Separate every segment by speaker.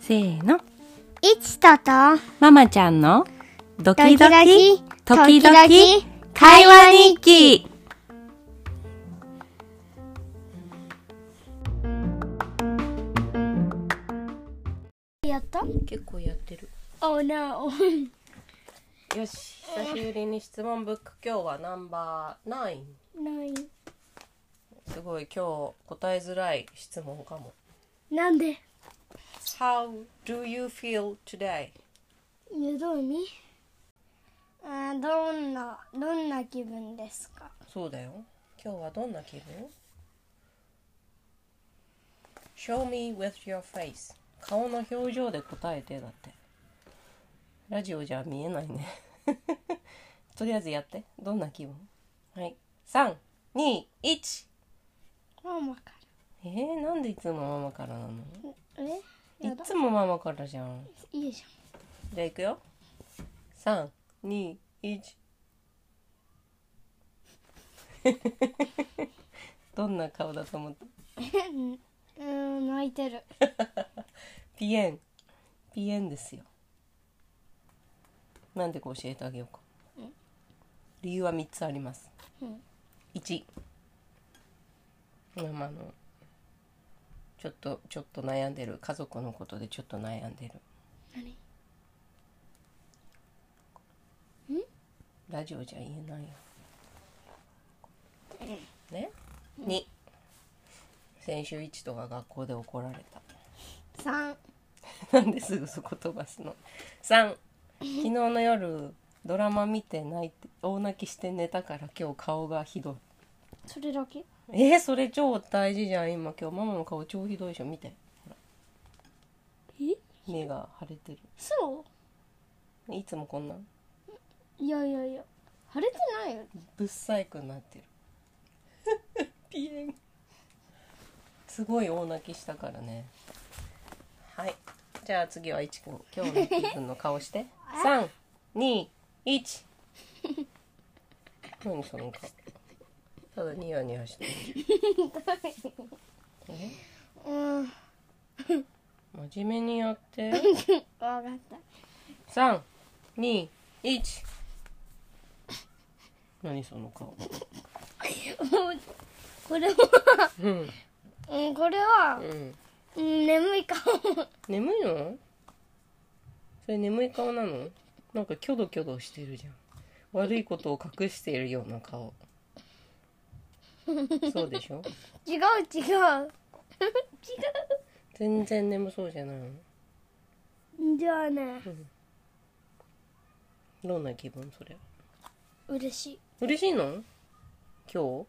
Speaker 1: せーの。
Speaker 2: いちとと、
Speaker 1: ママちゃんのドキド
Speaker 2: ド
Speaker 1: キ、時
Speaker 2: キドキ
Speaker 1: 々、会話日記。
Speaker 2: やった
Speaker 1: 結構やってる。
Speaker 2: ?Oh no!
Speaker 1: よし、久しぶりに質問ブック、今日はナンバーナイン。
Speaker 2: ない。
Speaker 1: すごい、今日答えづらい質問かも。
Speaker 2: なんで
Speaker 1: How do you feel today?
Speaker 2: え、どういう意味あーどんな、どんな気分ですか
Speaker 1: そうだよ。今日はどんな気分 ?Show me with your face. 顔の表情で答えてだって。ラジオじゃ見えないね。 とりあえずやって。どんな気分はい。3、2、1。
Speaker 2: ママか
Speaker 1: えー、なんでいつもママからなの
Speaker 2: ら。え
Speaker 1: い
Speaker 2: やだ。
Speaker 1: つもママからじゃん。
Speaker 2: いいじ
Speaker 1: じゃあいくよ。3、2、1。どんな顔だと思った
Speaker 2: ゃん。 うーん、泣いてる。
Speaker 1: ピエン。ピエンですよ。なんでか教えてあげようか。理由は3つあります。
Speaker 2: うん
Speaker 1: 1、ママの、ちょっと、ちょっと悩んでる。家族のことでちょっと悩んでる。
Speaker 2: 何
Speaker 1: ラジオじゃ言えないよ。ね2、先週1とか学校で怒られた。
Speaker 2: 三。
Speaker 1: なんですぐそこ飛ばすの。3昨日の夜ドラマ見て泣いて大泣きして寝たから今日顔がひど
Speaker 2: それだけ
Speaker 1: い。えー、それ超大事じゃん今今日ママの顔超ひどいでしょ見て
Speaker 2: え
Speaker 1: 目が腫れて
Speaker 2: そ
Speaker 1: るいつもこんなん
Speaker 2: ういやいやいや。腫れてない よ。
Speaker 1: ぶっ細工になってるピエンすごい大泣きしたからねはいじゃあ次はいちくん今日のいちくんの顔して321何その顔ただニヤニヤしてるえ
Speaker 2: うん。
Speaker 1: 真面目にやって
Speaker 2: わかった。
Speaker 1: 321何その顔
Speaker 2: これは、
Speaker 1: うん
Speaker 2: うん、これは
Speaker 1: う、ん
Speaker 2: うん、眠い顔。
Speaker 1: 眠いのそれ眠い顔なのなんかキョドキョドしてるじゃん悪いことを隠しているような顔そうでしょ
Speaker 2: 違う違う。
Speaker 1: 全然眠そうじゃないの
Speaker 2: 違う。じゃあね、
Speaker 1: どんな気分それ
Speaker 2: 嬉しい。
Speaker 1: 嬉しいの今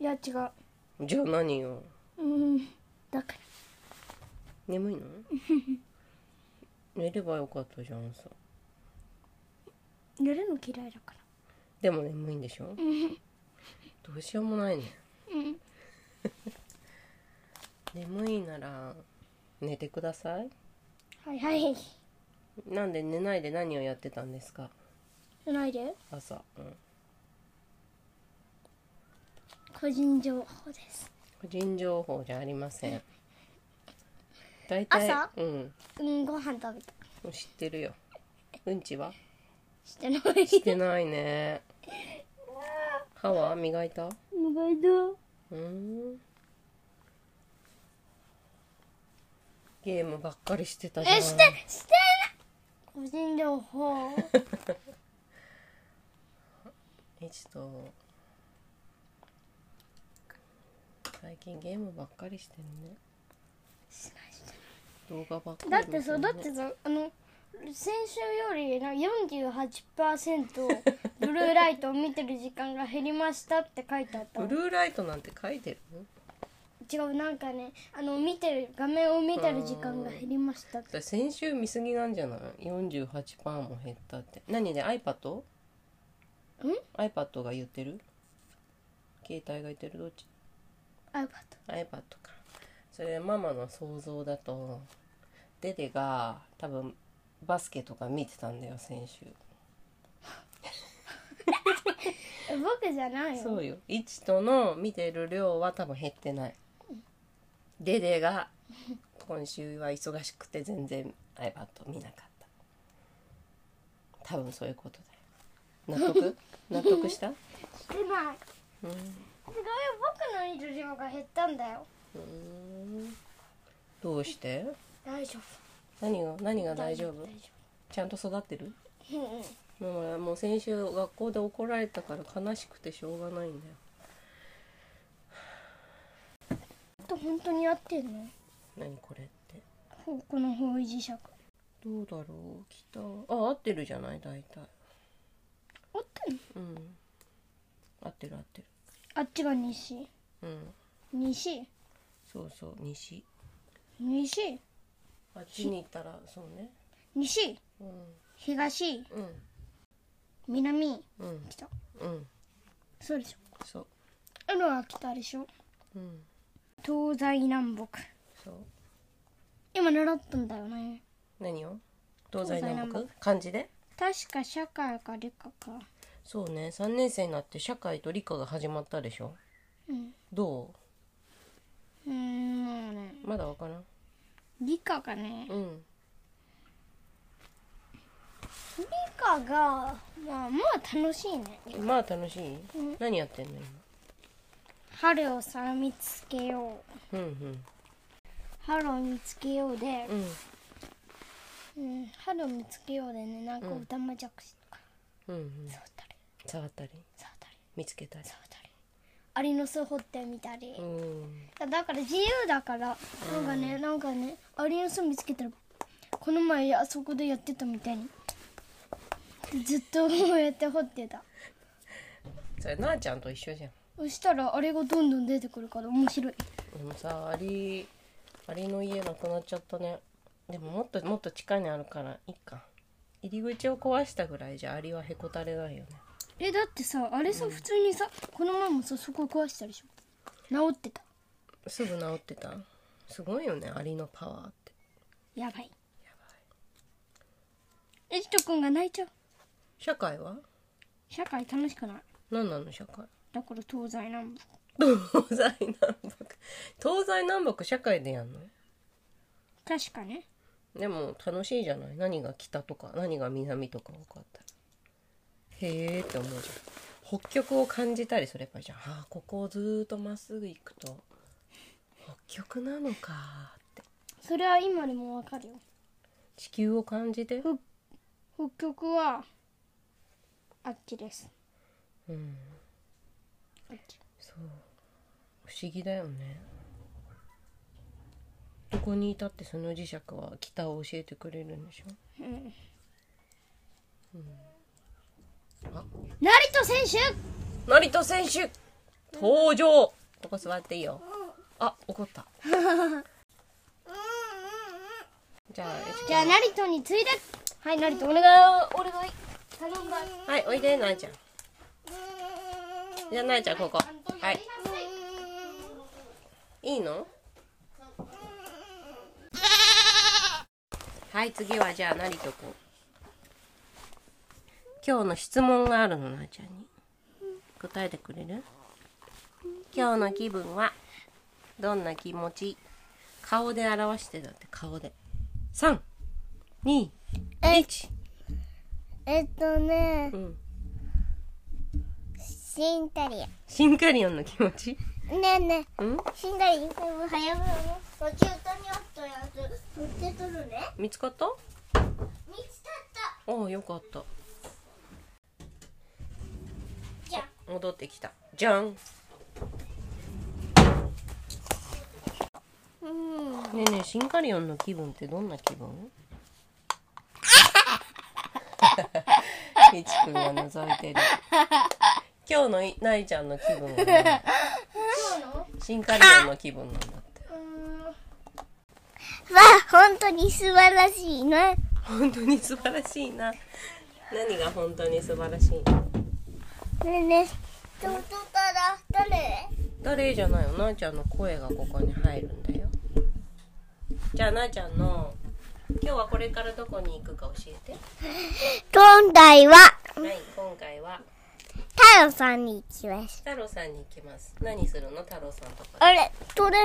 Speaker 2: いや違う。
Speaker 1: 日じゃあ何よ
Speaker 2: うん。だから。
Speaker 1: 眠いの寝ればよかったじゃんさ
Speaker 2: やるの嫌いだから。
Speaker 1: でも眠いんでしょどうしようもないね
Speaker 2: うん。
Speaker 1: 眠いなら寝てください
Speaker 2: はいはい。
Speaker 1: なんで寝ないで何をやってたんですか
Speaker 2: ないで。
Speaker 1: 朝、うん
Speaker 2: 個人情報です。
Speaker 1: 個人情報じゃありません大体
Speaker 2: 朝
Speaker 1: うん
Speaker 2: うん、ご飯食べた。
Speaker 1: もう知ってるようんちは
Speaker 2: してない。し
Speaker 1: してないね歯は磨いたう
Speaker 2: 意外
Speaker 1: ーんゲームばっかりしてたじゃん
Speaker 2: え、して、してない。個人情報。
Speaker 1: えちょっと最近ゲームばっかりしてるね
Speaker 2: しないし
Speaker 1: 動画ばっかり
Speaker 2: な
Speaker 1: 見
Speaker 2: い。だって
Speaker 1: る
Speaker 2: さ、
Speaker 1: ね
Speaker 2: だってさ、あの、先週よりな48%ブルーライトを見てる時間が減りましたって書いてあった
Speaker 1: ブ
Speaker 2: の。
Speaker 1: ルーライトなんて書いてるの
Speaker 2: 違うなんかねあの見てる画面を見てる時間が減りましたって
Speaker 1: だから先週見過ぎなんじゃない48%も減ったって何で iPad?
Speaker 2: ん
Speaker 1: iPad が言ってる携帯が言ってるどっち
Speaker 2: iPad
Speaker 1: iPad かそれママの想像だとデデが多分バスケとか見てたんだよ先週
Speaker 2: 僕じゃないよ
Speaker 1: そうよ一との見てる量は多分減ってないデデが今週は忙しくて全然 iPad 見なかった多分そういうことだよ納 得納得した
Speaker 2: してない
Speaker 1: うん
Speaker 2: すごい僕のいる量が減ったんだよ
Speaker 1: うーんどうして
Speaker 2: 大丈
Speaker 1: 何が何が
Speaker 2: 夫
Speaker 1: 大丈夫
Speaker 2: 大
Speaker 1: ちゃんと育ってる
Speaker 2: 丈夫うん
Speaker 1: も
Speaker 2: うん
Speaker 1: うもう先週学校で怒られたから悲しくてしょうがないんだよ
Speaker 2: と本当に合ってんの
Speaker 1: 何これって
Speaker 2: ここの方位磁石合っ
Speaker 1: どうだろう来たあ合ってるじゃない大体
Speaker 2: てんの
Speaker 1: うん合ってる合ってる
Speaker 2: あっちが西
Speaker 1: うん
Speaker 2: 西
Speaker 1: そうそう西
Speaker 2: 西
Speaker 1: あっちに行ったらそうね
Speaker 2: 西
Speaker 1: うん
Speaker 2: 東
Speaker 1: うん
Speaker 2: 南
Speaker 1: うん
Speaker 2: 北
Speaker 1: うん
Speaker 2: そうでしょ
Speaker 1: そう
Speaker 2: あるは北でしょ
Speaker 1: うん
Speaker 2: 東西南北
Speaker 1: そう
Speaker 2: 今習ったんだよね
Speaker 1: 何を東西南
Speaker 2: 東西
Speaker 1: 北
Speaker 2: 南
Speaker 1: 漢字で
Speaker 2: 確か社会か理科か
Speaker 1: そうね3年生になって社会と理科が始まったでしょ
Speaker 2: うん
Speaker 1: ど
Speaker 2: うーんもうね
Speaker 1: うまだわからん
Speaker 2: 理科がね
Speaker 1: うん
Speaker 2: 理科がまあまあ楽しいね
Speaker 1: まあ楽しい
Speaker 2: うん
Speaker 1: 何やってんの今
Speaker 2: 春をさ見つけよう
Speaker 1: うんうん
Speaker 2: 春を見つけようで、
Speaker 1: うん
Speaker 2: うん、春を見つけようでねなんか
Speaker 1: うん
Speaker 2: オタマジャクシとか、
Speaker 1: うんうん
Speaker 2: 触ったり
Speaker 1: 触ったり
Speaker 2: 触ったり
Speaker 1: 見つけたり
Speaker 2: 触ったりアリの巣掘ってみたり
Speaker 1: う、ん
Speaker 2: だから自由だからなんかね、なんかねアリの巣見つけたらこの前あそこでやってたみたいにずっとこうやって掘ってた
Speaker 1: それなあちゃんと一緒じゃん
Speaker 2: そしたらあれがどんどん出てくるから面白い
Speaker 1: でもさアリアリの家なくなっちゃったねでももっともっと地下にあるからいいか入り口を壊したぐらいじゃアリはへこたれないよね
Speaker 2: えだってさあれさ普通にさこの前もさそこ壊したでしょ治ってた
Speaker 1: すぐ治ってたすごいよねアリのパワーって
Speaker 2: やばいえじとくんが泣いちゃう
Speaker 1: 社会は
Speaker 2: 社会楽しくない
Speaker 1: 何なの社会
Speaker 2: だから東西南北
Speaker 1: 東西南北東西南北社会でやんの
Speaker 2: 確かね
Speaker 1: でも楽しいじゃない何が北とか何が南とか分かったらへえって思うじゃん北極を感じたりすればいいじゃんああここをずーっとまっすぐ行くと北極なのかーって
Speaker 2: それは今でもわかるよ
Speaker 1: 地球を感じて
Speaker 2: 北極はあっちです
Speaker 1: うん
Speaker 2: あっち
Speaker 1: そう不思議だよねどこにいたってその磁石は北を教えてくれるんでしょ
Speaker 2: うん
Speaker 1: あ
Speaker 2: 成田選手
Speaker 1: 成田選手登場ここ座っていいよあ怒ったじゃあえ
Speaker 2: じゃあ成田に次いではい成田お願いお願い頼んだ
Speaker 1: はいおいでなえちゃんじゃあなえちゃんここはいいいのはい次はじゃあ成とこ今日の質問があるのなえちゃんに答えてくれる今日の気分はどんな気持ち顔で表してだって顔で三二一
Speaker 3: えっとね、
Speaker 1: うん
Speaker 3: シンタリア。ね
Speaker 1: シンカリオンの気持ち
Speaker 3: えね
Speaker 1: うん
Speaker 3: え、シンタリア、早めの。途中にあったやつ、取って取るね。
Speaker 1: 見つかった
Speaker 3: 見つかった。
Speaker 1: ああよかった
Speaker 3: じゃん
Speaker 1: 戻ってきたじゃんね
Speaker 3: うん。
Speaker 1: えねえシンカリオンの気分ってどんな気分いちくんが覗いてる今日のいないちゃんの気分はねシンカリオンの気分なんだって
Speaker 3: わあ、本当に素晴らしいな。
Speaker 1: 本当に素晴らしいな何が本当に素晴らしいの
Speaker 3: ねえねえ、取ったら誰
Speaker 1: 誰じゃないよなーちゃんの声がここに入るんだよじゃあなーちゃんの今日はこれからどこに行くか教えて
Speaker 3: 今回は、
Speaker 1: はい今回は
Speaker 3: 太郎さんに行きます。
Speaker 1: 太郎さんに行きます何するの太郎さんとか
Speaker 3: あれ、これ、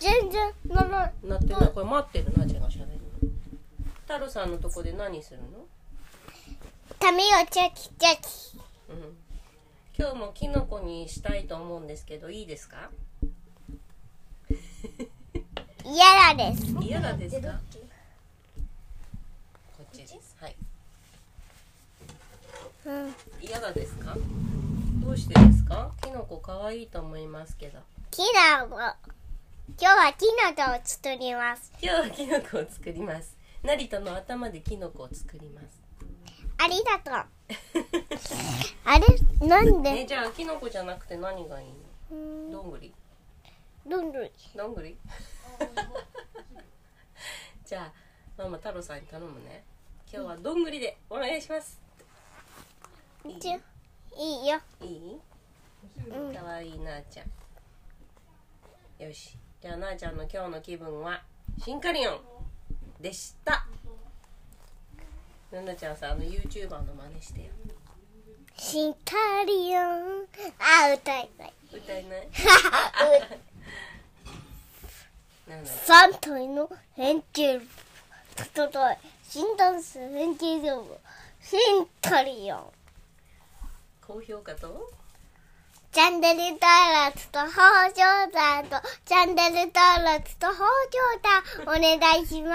Speaker 3: 全然ならない。
Speaker 1: なってるこれ待ってるなちゃんがしゃべるの太郎さんのとこで何するの
Speaker 3: 髪をチャキチャキ。
Speaker 1: うん今日もキノコにしたいと思うんですけどいいですか
Speaker 3: 嫌だです。
Speaker 1: 嫌なんですかこっちですはい
Speaker 3: うん。
Speaker 1: 嫌なんですかどうしてですかキノコ可愛いと思いますけど
Speaker 3: キナを、今日はキナとを作ります。
Speaker 1: 今日はキノコを作ります成田の頭でキノコを作ります
Speaker 3: ありがとう。あれな ん
Speaker 1: え
Speaker 3: で
Speaker 1: じゃあキノコじゃなくて何がいいのどんぐり
Speaker 3: どんどん。
Speaker 1: どんぐり じゃあママ太郎さんに頼むね今日はどんぐりでお願いします
Speaker 3: じゃいいよ。
Speaker 1: いいかわいいなあちゃんよしじゃあなあちゃんの今日の気分はシンカリオンでしたななちゃんさあの YouTuber の真似してよ
Speaker 3: シンカリオン。あ、歌いたい。
Speaker 1: 歌えないなんだ
Speaker 3: 三体の変形ととと診断する変形量をシンカリオン
Speaker 1: 高評価と
Speaker 3: チャンネル登録と包丁団とチャンネル登録と包丁団お願いしま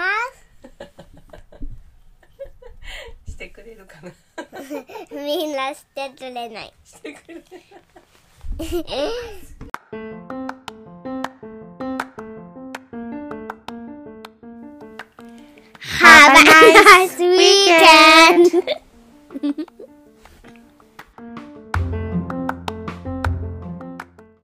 Speaker 3: す
Speaker 1: してくれるかな
Speaker 3: みんなしてくれない
Speaker 1: してくれる
Speaker 3: 幅 a nice weekend!